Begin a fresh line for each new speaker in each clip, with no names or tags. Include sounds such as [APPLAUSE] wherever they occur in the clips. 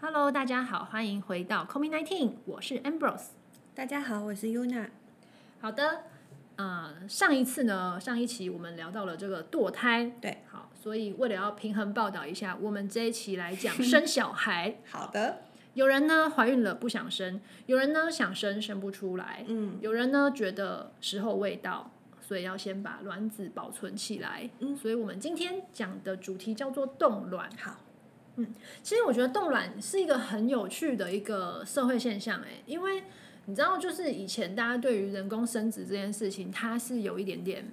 Hello，大家好，欢迎回到 COVID nineteen，我是 Ambrose。
大家好，我是 Yuna。
好的，呃，上一次呢，上一期我们聊到了这个堕胎，
对，
好，所以为了要平衡报道一下，我们这一期来
[LAUGHS]
讲生小孩。
好的，
有人呢怀孕了不想生，有人呢想生生不出来，
嗯
有人呢觉得时候未到，所以要先把卵子保存起来。
嗯
所以我们今天讲的主题叫做冻卵。
好，
其实我觉得冻卵是一个很有趣的一个社会现象、哎，因为你知道，就是以前大家对于人工生殖这件事情，它是有一点点，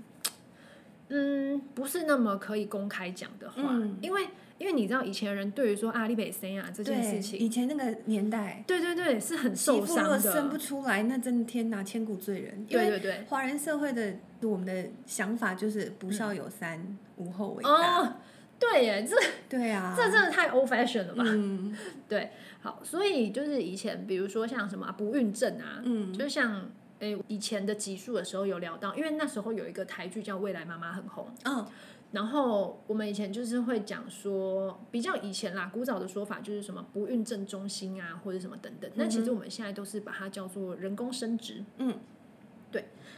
嗯，不是那么可以公开讲的话，
嗯
因为因为你知道以前人对于说啊，你北生啊这件事情，
以前那个年代，
对对对，是很
媳
受
妇若
伤
生不
的，
出来，那真的天哪，千古罪人。因
对
为
对对，
华人社会的我们的想法就是不孝有三，无后为大。
哦，对耶，这
对啊，
这真的太 old fashion 了吧？
嗯
对，好，所以就是以前，比如说像什么啊不孕症啊，
嗯，
就像诶、以前的集数的时候有聊到，因为那时候有一个台剧叫《未来妈妈》很红，
哦，
然后我们以前就是会讲说，比较以前啦，古早的说法就是什么不孕症中心啊，或者什么等等，但其实我们现在都是把它叫做人工生殖。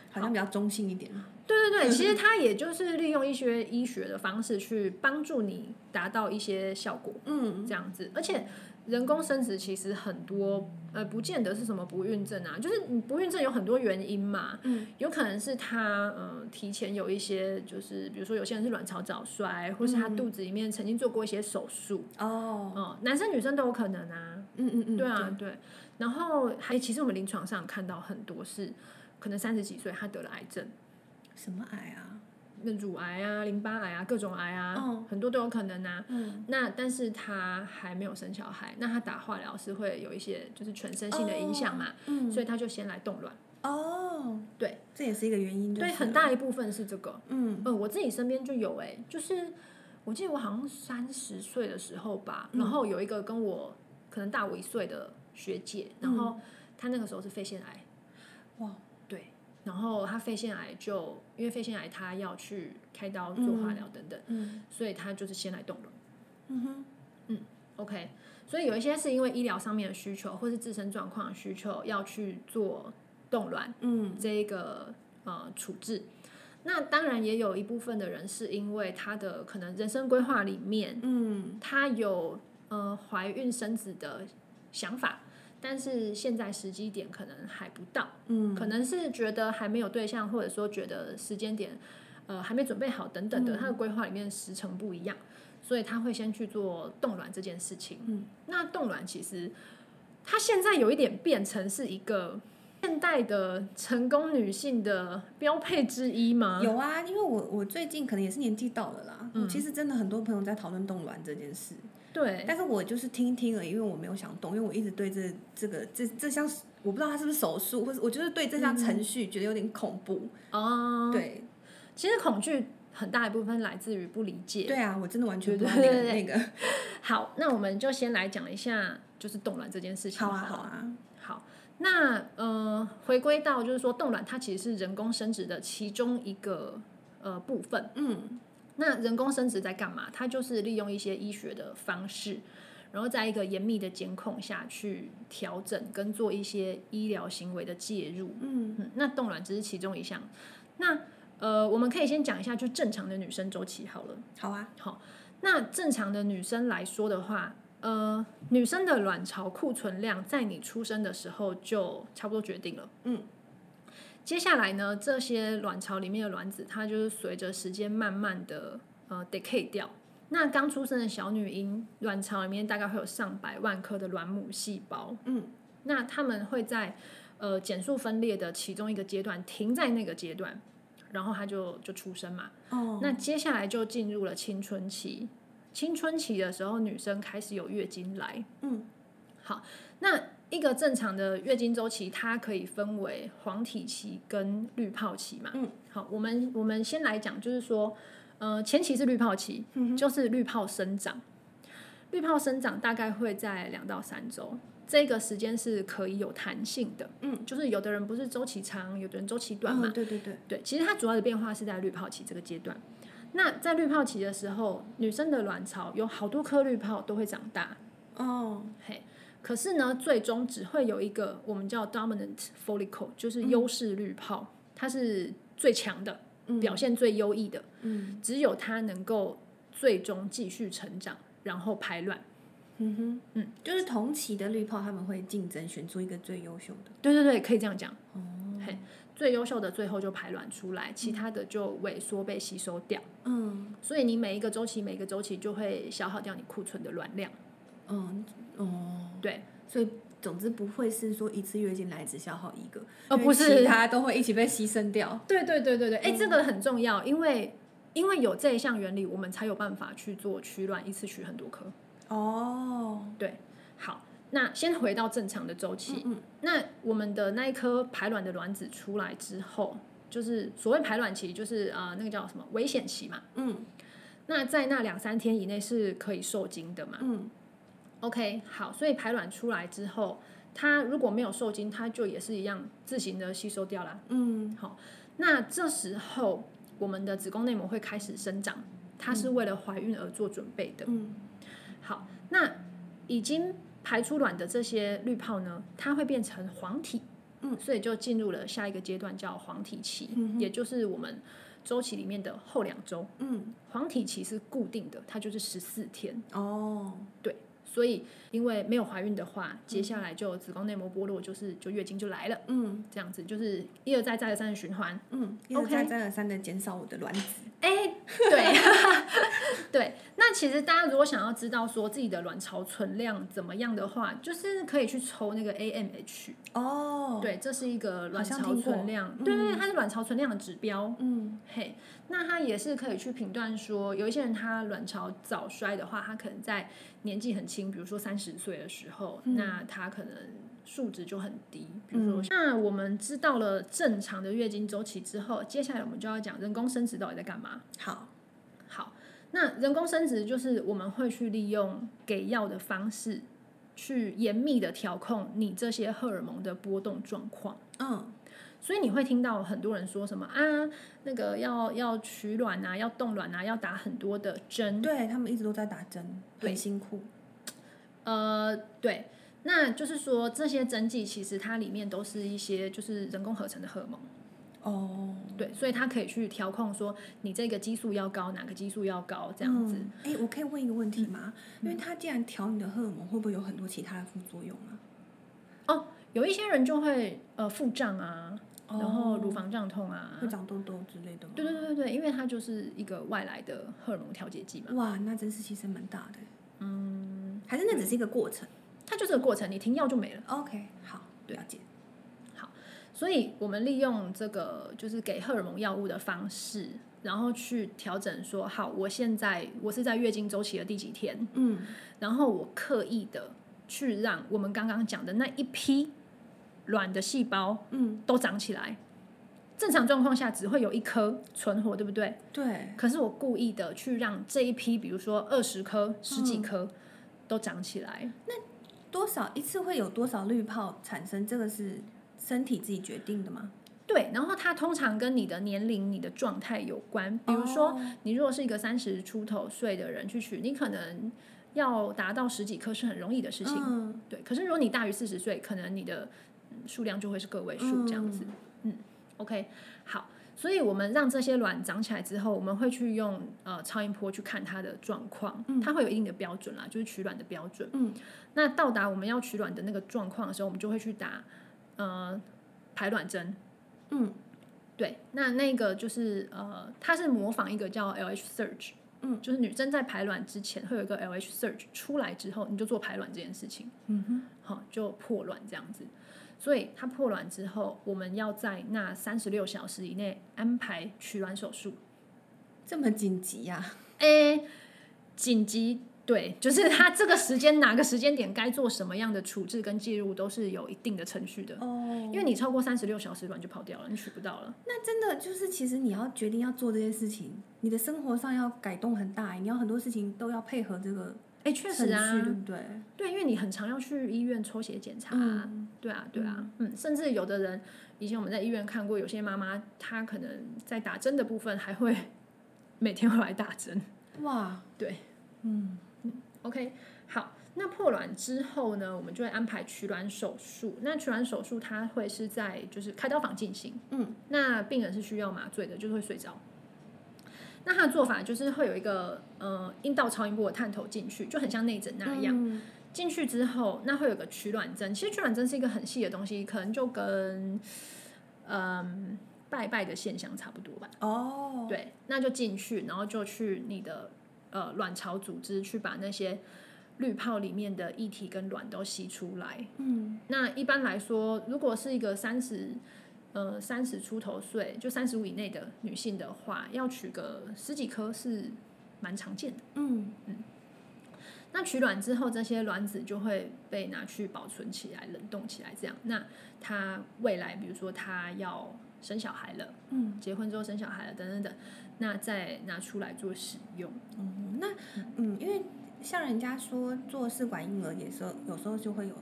好像比较中性一点。
对对
嗯
对，其实它也就是利用一些医学的方式去帮助你达到一些效果。
嗯，
这样子，而且人工生殖其实很多，呃，不见得是什么不孕症啊，就是你不孕症有很多原因嘛，
嗯，
有可能是他嗯、呃提前有一些，就是比如说有些人是卵巢早衰，或是他肚子里面曾经做过一些手术，
哦，
嗯，男生女生都有可能啊，
嗯嗯嗯，
对啊，对，然后还其实我们临床上看到很多是可能三十几岁他得了癌症。
对，什么癌啊？
那乳癌啊、淋巴癌啊、各种癌啊，
嗯
很多都有可能啊。
嗯
那但是他还没有生小孩，那他打化疗是会有一些就是全身性的影响嘛，
嗯，
所以他就先来冻卵。
哦，
对，
这也是一个原因，
对，很，大一部分是这个。
嗯
嗯，我自己身边就有哎、就是我记得我好像三十岁的时候吧，
嗯
然后有一个跟我可能大我一岁的学姐，然后她那个时候是肺腺癌，
嗯哇，
对，然后她肺腺癌就因为肺腺癌她要去开刀做化疗等等，
嗯
所以她就是先来冻卵。
嗯哼，
OK，所以有一些是因为医疗上面的需求，或是自身状况的需求，要去做冻卵
嗯
这一个呃处置。那当然也有一部分的人是因为他的可能人生规划里面，
嗯
他有呃怀孕生子的想法，但是现在时机点可能还不到，
嗯，
可能是觉得还没有对象，或者说觉得时间点呃还没准备好等等的，
嗯
他的规划里面时程不一样，所以他会先去做冻卵这件事情。
嗯，
那冻卵其实它现在有一点变成是一个现代的成功女性的标配之一吗？
有啊，因为我我最近可能也是年纪到了啦，
嗯
我其实真的很多朋友在讨论冻卵这件事，
对，
但是我就是听一听而已，因为我没有想动，因为我一直对这这个这这项我不知道它是不是手术，或者我就是对这项程序觉得有点恐怖。
哦，，
对
其实恐惧很大一部分来自于不理解。
对啊，我真的完全不知道
对
那
对
个那个。
好，那我们就先来讲一下就是冻卵这件 [LAUGHS] 事情
好啊
了
好啊，
好，那呃，回归到就是说，冻卵它其实是人工生殖的其中一个呃部分。
嗯
那人工生殖在干嘛？它就是利用一些医学的方式，然后在一个严密的监控下去调整跟做一些医疗行为的介入。
嗯
嗯，那冻卵只是其中一项。那呃，我们可以先讲一下就正常的女生周期好了。
好啊，
那正常的女生来说的话，呃，女生的卵巢库存量在你出生的时候就差不多决定了。
嗯，
接下来呢，这些卵巢里面的卵子，它就是随着时间慢慢的呃 decay 掉。那刚出生的小女婴，卵巢里面大概会有上百万颗的卵母细胞。
嗯
那他们会在呃减速分裂的其中一个阶段停在那个阶段，然后它就就出生嘛。
哦
那接下来就进入了青春期。青春期的时候，女生开始有月经来。
嗯
好，那一个正常的月经周期，它可以分为黄体期跟滤泡期嘛。
嗯，
好，我们我们先来讲，就是说，呃，前期是滤泡期，
嗯
就是滤泡生长。滤泡生长大概会在两到三周，这个时间是可以有弹性的。
嗯，
就是有的人不是周期长，有的人周期短嘛。
嗯对对对，
对，其实它主要的变化是在滤泡期这个阶段。那在滤泡期的时候，女生的卵巢有好多颗滤泡都会长大，
哦
嘿，可是呢，最终只会有一个我们叫 dominant follicle，就是优势滤泡，它是最强的，表现最优异的，
嗯
只有它能够最终继续成长，然后排卵。
嗯哼，
嗯
嗯，就是同期的绿泡他们会竞争选出一个最优秀的。
对对对，可以这样讲，
哦，
嘿最优秀的最后就排卵出来，其他的就萎缩被吸收掉。
嗯
所以你每一个周期，每一个周期就会消耗掉你库存的卵量。
嗯哦，
对，
所以总之不会是说一次月经来只消耗一个，
哦，
因为
不是
其，他都会一起被牺牲掉。
对对对对对，哎、
嗯
这个很重要，因为因为有这一项原理，我们才有办法去做取卵，一次取很多颗。
哦，
好，那先回到正常的周期，
嗯
那我们的那一颗排卵的卵子出来之后，就是所谓排卵期，就是呃那个叫什么危险期嘛。
嗯
那在那两三天以内是可以受精的嘛
嗯
？OK，好，所以排卵出来之后，它如果没有受精，它就也是一样自行的吸收掉啦。
嗯
那这时候我们的子宫内膜会开始生长，它是为了怀孕而做准备的。
嗯
好，那已经排出卵的这些滤泡呢，它会变成黄体，
嗯，
所以就进入了下一个阶段叫黄体期，
嗯哼
也就是我们周期里面的后两周。
嗯，
黄体期是固定的，它就是十四天，
哦，
所以因为没有怀孕的话，接下来就子宫内膜剥落，就是就月经就来了，
嗯
这样子就是一而再再而三的循环。
嗯，一
OK
而再再而三的减少我的卵子。
哎、对， [LAUGHS] 对。那其实大家如果想要知道说自己的卵巢存量怎么样的话，就是可以去抽那个 AMH，、
哦，，
对，这是一个卵
好像
巢
听过
存量，
嗯
对对对，它是卵巢存量的指标。
嗯
嘿，那它也是可以去评断说，有一些人他卵巢早衰的话，他可能在年纪很轻，比如说三十岁的时候，
嗯
那他可能数值就很低。比如说，那我们知道了正常的月经周期之后，接下来我们就要讲人工生殖到底在干嘛。
好，
好，那人工生殖就是我们会去利用给药的方式，去严密的调控你这些荷尔蒙的波动状况。
嗯
所以你会听到很多人说什么啊，那个要要取卵啊，要冻卵啊，要打很多的针。
对他们一直都在打针，
对
很辛苦。
呃，对，那就是说这些针剂其实它里面都是一些就是人工合成的荷尔蒙，
哦，
对，所以它可以去调控说你这个激素要高，哪个激素要高这
这
样子。。嗯
哎、我可以问一个问题吗？因为它既然调你的荷尔蒙，会不会有很多其他的副作用啊？
有一些人就会呃腹胀啊，然后乳房胀痛啊，
哦会长痘痘之类的吗？
对对对对对，因为它就是一个外来的荷尔蒙调节剂嘛，
哇，那真是牺牲蛮大的。嗯，还是那只是一个过程。
它就是个过程，你停药就没了。
OK，好，了解。
所以我们利用这个就是给荷尔蒙药物的方式，然后去调整说，好，我现在我是在月经周期的第几天，
嗯，
然后我刻意的去让我们刚刚讲的那一批卵的细胞
嗯，
都长起来。正常状况下只会有一颗存活，对不对？
对，啊
可是我故意的去让这一批，比如说二十颗、十几颗、
嗯
都长起来。
多少一次会有多少滤泡产生？这个是身体自己决定的吗？
对，然后它通常跟你的年龄、你的状态有关。比如说，
哦
你如果是一个三十出头岁的人去取，你可能要达到十几颗是很容易的事情。
嗯，
对，可是如果你大于四十岁，可能你的嗯数量就会是个位数这样子。
嗯
嗯 o k 好。所以我们让这些卵长起来之后，我们会去用呃超音波去看它的状况，
嗯
它会有一定的标准啦，就是取卵的标准。
嗯，
那到达我们要取卵的那个状况的时候，我们就会去打呃排卵针。
嗯
对，那那个就是呃，它是模仿一个叫 LH surge，
嗯，
就是女生在排卵之前会有一个 LH surge，出来之后你就做排卵这件事情，
嗯哼，
好、就破卵这样子。所以它破卵之后，我们要在那三十六小时以内安排取卵手术。
这么紧急啊呀、
诶，紧急对，就是它这个时间哪个时间点该做什么样的处置跟介入都是有一定的程序的，
哦
因，为你超过三十六小时卵就跑掉了，你取不到了。
那真的就是，其实你要决定要做这件事情，你的生活上要改动很大，你要很多事情都要配合这个
哎，确实
程序对
啊，
不对？
对，因为你很常要去医院抽血检查啊、
嗯
对啊，对啊，嗯，甚至有的人以前我们在医院看过，有些妈妈她可能在打针的部分还会 [LAUGHS] 每天会来打针。
哇，
对，
嗯，
OK，好，那破卵之后呢，我们就会安排取卵手术。那取卵手术它会是在就是开刀房进行，嗯，那病人是需要麻醉的，就是会睡着。那他的做法就是会有一个呃阴道超音波的探头进去，就很像内诊那样。
嗯
进去之后，那会有个取卵针。其实取卵针是一个很细的东西，可能就跟嗯拜拜的现象差不多吧。
哦，
对，那就进去，然后就去你的呃卵巢组织去把那些滤泡里面的液体跟卵都吸出来。
嗯，
那一般来说，如果是一个三十呃三十出头岁，就三十五以内的女性的话，要取个十几颗是蛮常见的。
嗯，
那取卵之后，这些卵子就会被拿去保存起来、冷冻起来，这样。那她未来，比如说她要生小孩了，
嗯，
结婚之后生小孩了，等等等，那再拿出来做使用。
嗯，因为像人家说做试管婴儿，也是有时候就会有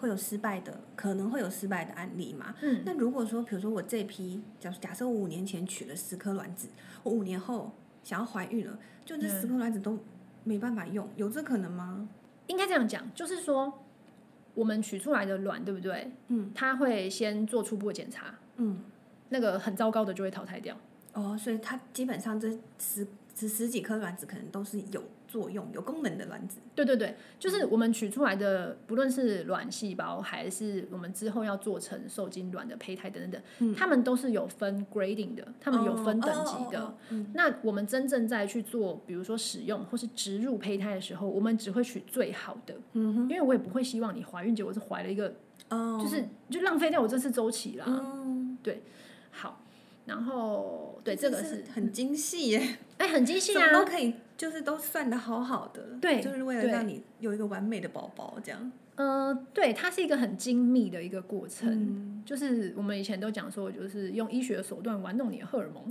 会有失败的，可能会有失败的案例嘛。
嗯，
那如果说，比如说我这批，假假设我五年前取了十颗卵子，我五年后想要怀孕了，就这
嗯
十颗卵子都没办法用，有这可能吗？
应该这样讲，就是说我们取出来的卵，对不对？
嗯，
它会先做初步的检查，
嗯，
那个很糟糕的就会淘汰掉。
哦，所以它基本上这十十十几颗卵子可能都是有作用、有功能的卵子。
对对对，就是
嗯
我们取出来的，不论是卵细胞，还是我们之后要做成受精卵的胚胎等等等，它们都是有分 grading 的，它们有分
嗯哦
等级的。
哦哦哦嗯
那我们真正在去做，比如说使用或是植入胚胎的时候，我们只会取最好的，
嗯
因为我也不会希望你怀孕结果是怀了一个，
哦，
就是就浪费掉我这次周期啦。
嗯，
好，然后对这个是，
很精细耶，
哎，很精细
什么
啊
都，可以，就是都算的好好的，
对
就是为了
对
让你有一个完美的宝宝这样。
呃，对，它是一个很精密的一个过程。
嗯，
就是我们以前都讲说，就是用医学的手段玩弄你的荷尔
[LAUGHS]
蒙。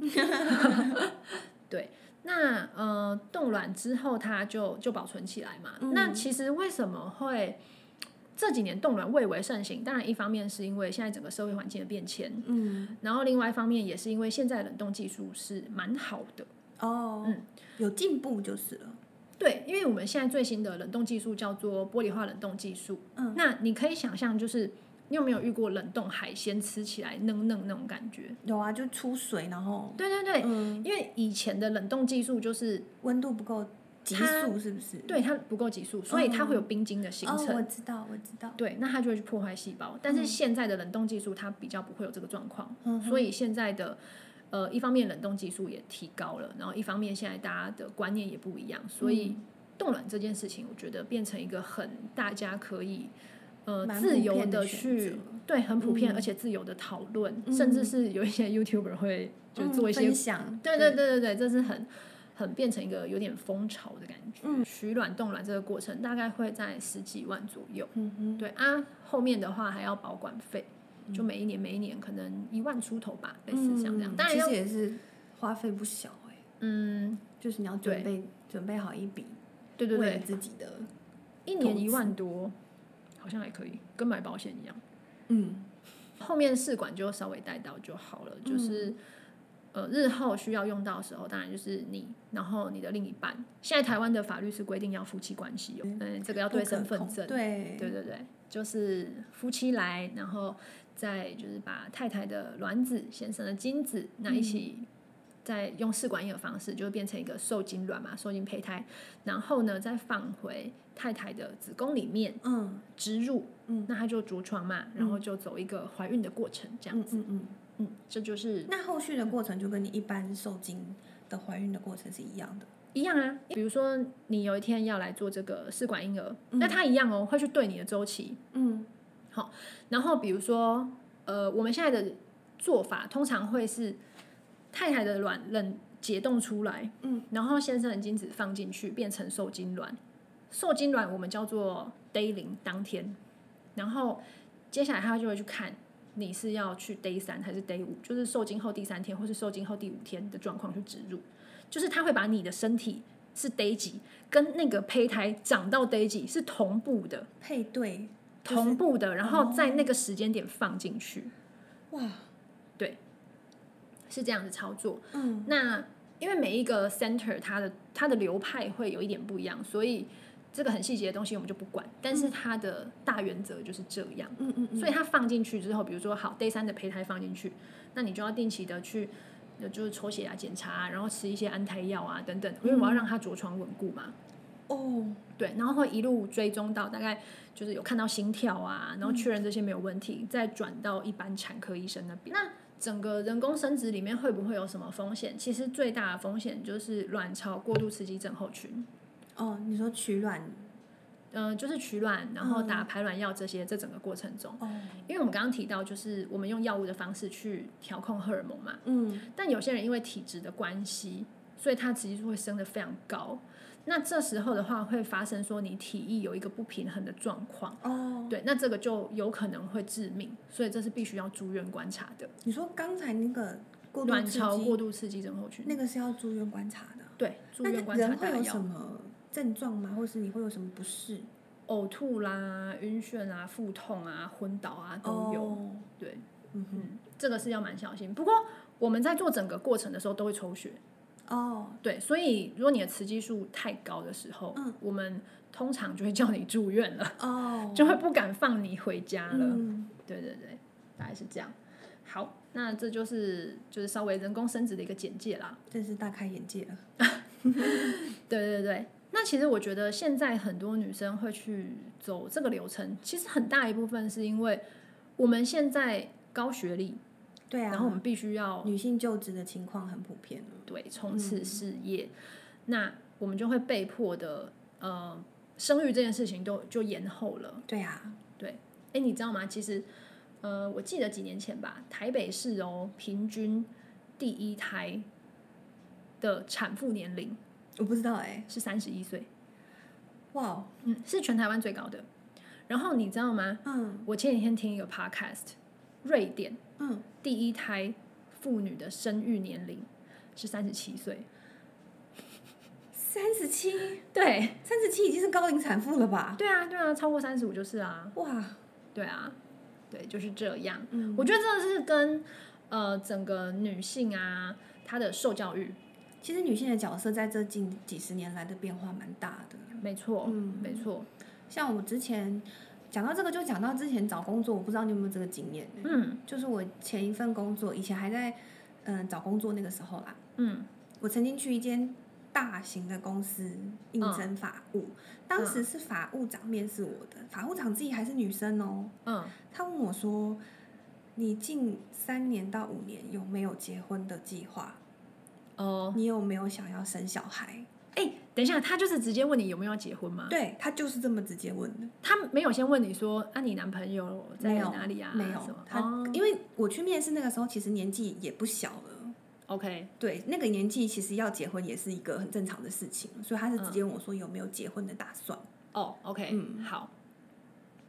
对，那呃，冻卵之后它就就保存起来嘛。
嗯
那其实为什么会这几年冻卵蔚为盛行？当然，一方面是因为现在整个社会环境的变迁，
嗯，
然后另外一方面也是因为现在冷冻技术是蛮好的。
哦，
嗯
有进步就是了。
对，因为我们现在最新的冷冻技术叫做玻璃化冷冻技术。
嗯，
那你可以想象，就是你有没有遇过冷冻海鲜吃起来嫩嫩那种感觉？
有啊，就出水，然后
对对对，
嗯，
因为以前的冷冻技术就是
温度不够急
它
速，是不是？
对它不够急速，所以它会有冰晶的形
嗯哦，
成。
我知道，我知道。
对，那它就会去破坏细胞。但是现在的冷冻技术它比较不会有这个状况，
嗯哼
所以现在的呃一方面冷冻技术也提高了，然后一方面现在大家的观念也不一样，所以
嗯
冻卵这件事情，我觉得变成一个很大家可以呃
蛮
自
普
由
遍的
地
选
去
择
对很普遍、
嗯
而且自由的讨论，
嗯
甚至是有一些 YouTuber 会就
嗯
做一些
分享，
对对对对对，这是很很变成一个有点风潮的感觉。
嗯
取卵冻卵这个过程大概会在十几万左右。
嗯哼，
对啊，后面的话还要保管费，就每一年每一年可能一万出头吧，类似像这样。
嗯
当然
其
要
实也是花费不小哎、
嗯，
就是你要准备准备好一笔，
对对
为了
对，
自己的，
一
投
年
资
一万多，好像还可以，跟买保险一样。
嗯，
后面试管就稍微带到就好了，就是。
嗯
呃，日后需要用到的时候，当然就是你，然后你的另一半。现在台湾的法律是规定要夫妻关系哦，嗯，这个要对身份证，
对
对对对，就是夫妻来，然后再就是把太太的卵子、先生的精子，那一
嗯
起再用试管婴儿方式，就变成一个受精卵嘛，受精胚胎，然后呢再放回太太的子宫里面
嗯
植入，
嗯，
那它就着床嘛，然后就走一个怀孕的过程，这样
嗯
子，
嗯嗯，
嗯，这就是
那后续的过程就跟你一般受精的怀孕的过程是一样的，
一样啊。比如说你有一天要来做这个试管婴儿，那它一样哦，会去对你的周期，
嗯
然后比如说，呃，我们现在的做法通常会是太太的卵冷解冻出来，
嗯，
然后先生的精子放进去变成受精卵，受精卵我们叫做 day 零当天，然后接下来他就会去看。你是要去 day 三还是 day 五？就是受精后第三天，或是受精后第五天的状况去植入，就是他会把你的身体是 day 几跟那个胚胎长到 day 几是同步的，
配对就是哦
同步的，然后在那个时间点放进去，
哇，
是这样子操作。
嗯
那因为每一个 center 它的它的流派会有一点不一样，所以这个很细节的东西我们就不管，但是它的大原则就是这样。
嗯嗯嗯，
所以它放进去之后，比如说好 day 三的胚胎放进去，那你就要定期的去，呃就是抽血啊、检查啊，然后吃一些安胎药啊等等，因为
嗯
我要让它着床稳固嘛。
哦，
对，然后会一路追踪到大概就是有看到心跳啊，然后确认这些没有问题，再转到一般产科医生那边。那整个人工生殖里面会不会有什么风险？其实最大的风险就是卵巢过度刺激症候群，
哦，你说取卵，
呃，就是取卵，然后
嗯
打排卵药这些，这整个过程中，
哦，
因为我们刚刚提到，就是我们用药物的方式去调控荷尔蒙嘛，
嗯，
但有些人因为体质的关系，所以他雌激素会升得非常高。那这时候的话，会发生说你体液有一个不平衡的状况，
哦，
对，那这个就有可能会致命，所以这是必须要住院观察的。
你说刚才那个过度
卵
刺
巢
激，
过度刺激症候群，
那个是要住院观察的，
对，住
那
院
个
观察
人
大
会有
要
什么症状吗？或是你会有什么不适？
呕吐啦、晕眩啊、腹痛啊、昏倒啊都有。
哦，
对，
嗯
嗯，这个是要蛮小心。不过我们在做整个过程的时候都会抽血，
哦，
对，所以如果你的雌激素太高的时候，
嗯
我们通常就会叫你住院了，
哦，
就会不敢放你回家了。
嗯，
对对对，大概是这样。好，那这就是就是稍微人工生殖的一个简介啦。
真是大开眼界了。
对 [LAUGHS] 对对，那其实我觉得现在很多女生会去走这个流程，其实很大一部分是因为我们现在高学历，
对啊，
然后我们必须要
女性就职的情况很普遍了。
对冲
嗯
刺事业，那我们就会被迫的呃生育这件事情都就延后了。
对啊，
哎，你知道吗？其实呃，我记得几年前吧，台北市哦，平均第一胎的产妇年龄
我不知道哎、
是三十一岁，
哇哦，
嗯，是全台湾最高的。然后你知道吗？
嗯
我前几天听一个 podcast，瑞典
嗯，
第一胎妇女的生育年龄是三十七岁，
三十七，
对。
三十七已经是高龄产妇了哎吧？
对啊，对啊，超过三十五就是啊，
哇，
对啊，对，就是这样。
嗯，
我觉得这是跟呃整个女性啊她的受教育，
其实女性的角色在这近几十年来的变化蛮大的。
没错，
嗯
没错，
像我之前讲到这个，就讲到之前找工作，我不知道你有没有这个经验、欸
嗯
就是我前一份工作，以前还在嗯、呃找工作那个时候啦，
嗯
我曾经去一间大型的公司应征法务，
嗯
当时是法务长面试我的，法务长自己还是女生哦、
嗯，
他问我说：“你近三年到五年有没有结婚的计划？
哦，
你有没有想要生小孩
哎，等一下，他就是直接问你有没有要结婚？”吗？
对他就是这么直接问的，
他没有先问你说啊，你男朋友在
没有
哪里啊？
没有
什么。
他、
哦
因为我去面试那个时候，其实年纪也不小了。
，OK，
对，那个年纪其实要结婚也是一个很正常的事情，所以他是直接问我说有没有结婚的打算。
哦，OK，
嗯
好，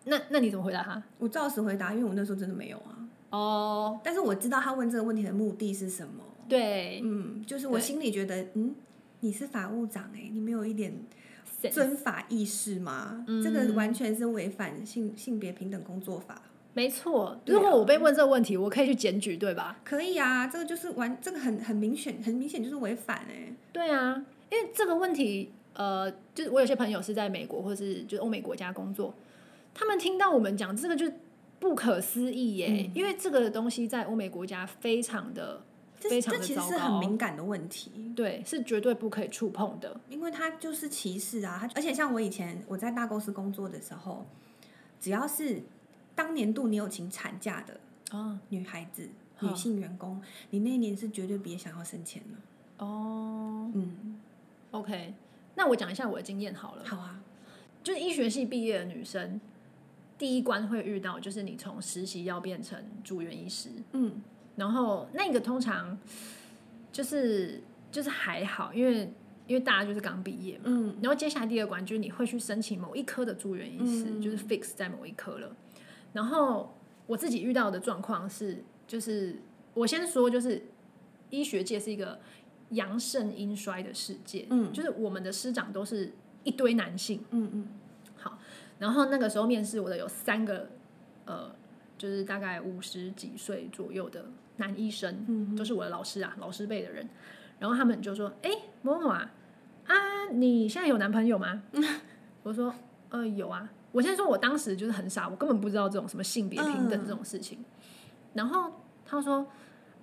那那你怎么回答他？
我照实回答，因为我那时候真的没有啊。
哦，
但是我知道他问这个问题的目的是什么。
对，
嗯，就是我
对
心里觉得，嗯，你是法务长哎、你没有一点
是
遵法意识吗？
嗯
这个完全是违反性性别平等工作法。
没错。
对啊
如果我被问这个问题，我可以去检举，对吧？
可以啊，这个就是完，这个很很明显，很明显就是违反哎、
对啊，因为这个问题，呃，就是我有些朋友是在美国或是就是欧美国家工作，他们听到我们讲这个就不可思议耶，
嗯
因为这个东西在欧美国家非常的
这
非常
这
的
其实
糟
是很
糕，
敏感的问题，
对，是绝对不可以触碰的。
因为它就是歧视啊。它而且像我以前我在大公司工作的时候，只要是当年度你有请产假的
哦
女孩子、
哈
女性员工，你那一年是绝对别想要升迁了。
哦
嗯，
，OK，那我讲一下我的经验好了，
好啊，
就是医学系毕业的女生。第一关会遇到，就是你从实习要变成住院医师，
嗯
然后那个通常就是就是还好，因为因为大家就是刚毕业嘛。
嗯
然后接下来第二关就是你会去申请某一科的住院医师，
嗯
就是 fix 在某一科了。然后我自己遇到的状况是，就是我先说，就是医学界是一个阳盛阴衰的世界，
嗯
就是我们的师长都是一堆男性。
嗯嗯，
好，然后那个时候面试我的有三个，呃，就是大概五十几岁左右的男医生，
嗯
都是我的老师啊，老师辈的人。然后他们就说：“哎、某某啊，啊，你现在有男朋友吗？”
[LAUGHS]
我说，呃，有啊。我先说，我当时就是很傻，我根本不知道这种什么性别平等
嗯
这种事情。然后他说，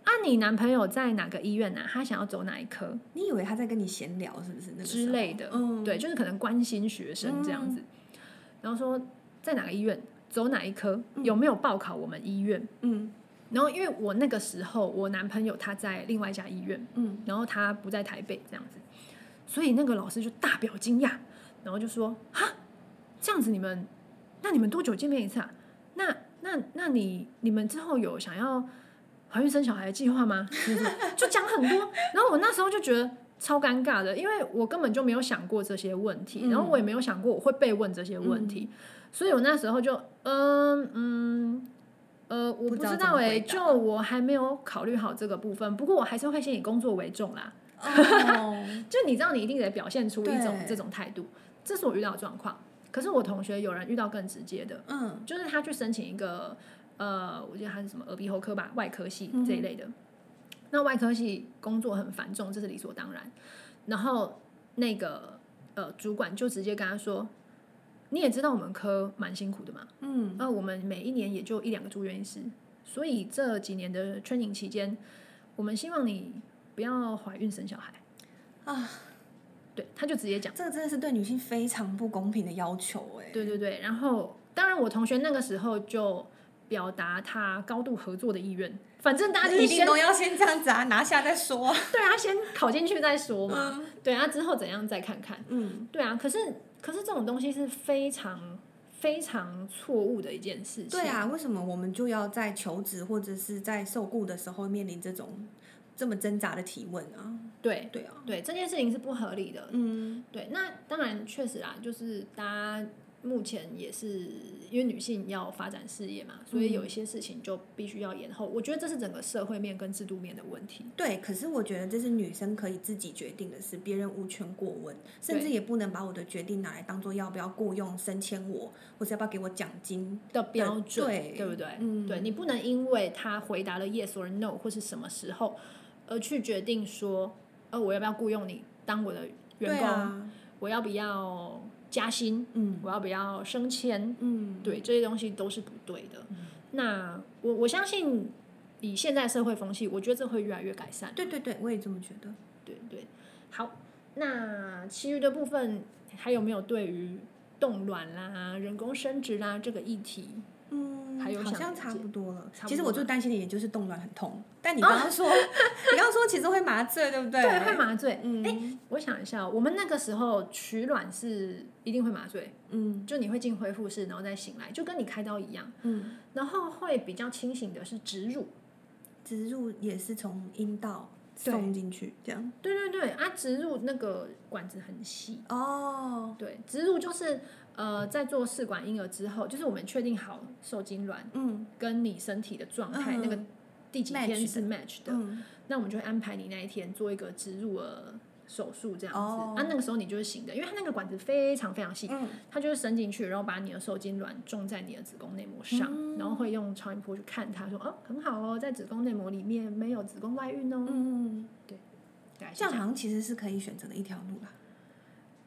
啊，你男朋友在哪个医院呢、啊他想要走哪一科
你以为他在跟你闲聊是不是？那个时候
之类的？
嗯，
对，就是可能关心学生这样子。然后说在哪个医院，走哪一科，
嗯
有没有报考我们医院？
嗯
然后因为我那个时候我男朋友他在另外一家医院， [LAUGHS]
嗯，
然后他不在台北这样子，所以那个老师就大表惊讶，然后就说：“啊，这样子你们，那你们多久见面一次啊？那那那你你们之后有想要怀孕生小孩的计划吗？”就讲很多，然后我那时候就觉得。超尴尬的，因为我根本就没有想过这些问题，
嗯
然后我也没有想过我会被问这些问题，所以我那时候就，嗯嗯，呃，我
不
不
知道
知
怎
道
么
哎、
回答
就我还没有考虑好这个部分，不过我还是会先以工作为重啦。
哦，
就你知道，你一定得表现出一种
对
这种态度，这是我遇到的状况。可是我同学有人遇到更直接的，
嗯
就是他去申请一个呃，我记得他是什么耳鼻喉科吧，外科系
嗯
这一类的。那外科系工作很繁重，这是理所当然。然后那个呃主管就直接跟他说：“你也知道我们科蛮辛苦的嘛，
嗯，
那我们每一年也就一两个住院医师，所以这几年的 training 期间，我们希望你不要怀孕生小孩
啊。
对，他就直接讲，
这个真的是对女性非常不公平的要求哎。
对对对。然后，当然我同学那个时候就表达他高度合作的意愿，反正大家就是
一定
先
都要先这样子啊，拿下再说。
对他先考进去再说嘛，
嗯
对啊，之后怎样再看看。
嗯，
对啊，可是可是这种东西是非常非常错误的一件事情。
对啊，为什么我们就要在求职或者是在受雇的时候面临这种这么挣扎的提问啊？
对
对啊，
对，这件事情是不合理的。
嗯，
对，那当然确实啦，就是大家目前也是因为女性要发展事业嘛，所以
嗯
有一些事情就必须要延后。我觉得这是整个社会面跟制度面的问题。
对。可是我觉得这是女生可以自己决定的事，别人无权过问，甚至
对
也不能把我的决定拿来当做要不要雇佣、升迁我，或是要不要给我奖金。
的标准，
对
不对？
嗯
对你不能因为他回答了 yes or no 或是什么时候，而去决定说，呃，我要不要雇佣你当我的员
对
工，
啊，
我要不要加薪，
嗯
我要不要升迁，
嗯，
对这些东西都是不对的。那我我相信，以现在社会风气，我觉得这会越来越改善。
对对对，我也这么觉得。
对对，好，那其余的部分还有没有对于冻卵啦、人工生殖啦这个议题？
嗯，
还有
好
想
像
了
差
解
不多了
差。不
其实
多
我
了啊
最担心的也就是冻卵很痛，但你刚刚
[LAUGHS]
说，你刚刚说其实会麻醉，对不对？
对，会。麻醉。
嗯，哎、
我想一下哦，我们那个时候取卵是一定会麻醉，
嗯
就你会进恢复室，然后再醒来，就跟你开刀一样。
嗯。
然后会比较清醒的是植入，
植入也是从阴道
对
送进去，这样
对对对，啊，植入那个管子很细，
哦，
对，植入就是呃，在做试管婴儿之后，就是我们确定好受精卵
嗯
跟你身体的状态、
嗯
那个第几
match
天是 match 的，
嗯，
那我们就会安排你那一天做一个植入的手术这样子。
哦
啊，那个时候你就是醒的，因为它那个管子非常非常细，
嗯
它就是伸进去，然后把你的受精卵种在你的子宫内膜上，
嗯
然后会用超音波去看它，说哦很好哦，在子宫内膜里面没有子宫外孕哦。
嗯，
大概是这
这样
样，
好像其实是可以选择的一条路啦，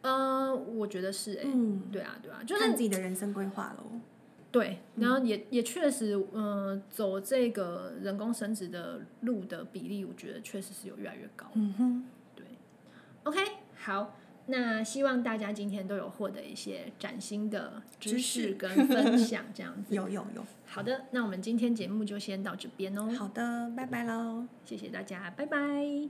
嗯、我觉得是哎、
嗯，
对啊对啊，就
就是看嗯自己的人生规划喽，
对，然后也、也确实，嗯、走这个人工生殖的路的比例，我觉得确实是有越来越高。
嗯哼，
对，OK，好，那希望大家今天都有获得一些崭新的知
知
识
识
跟分享，这样子。
有有有，
好的，那我们今天节目就先到这边哦，
好的，拜拜喽。
谢谢大家，拜拜。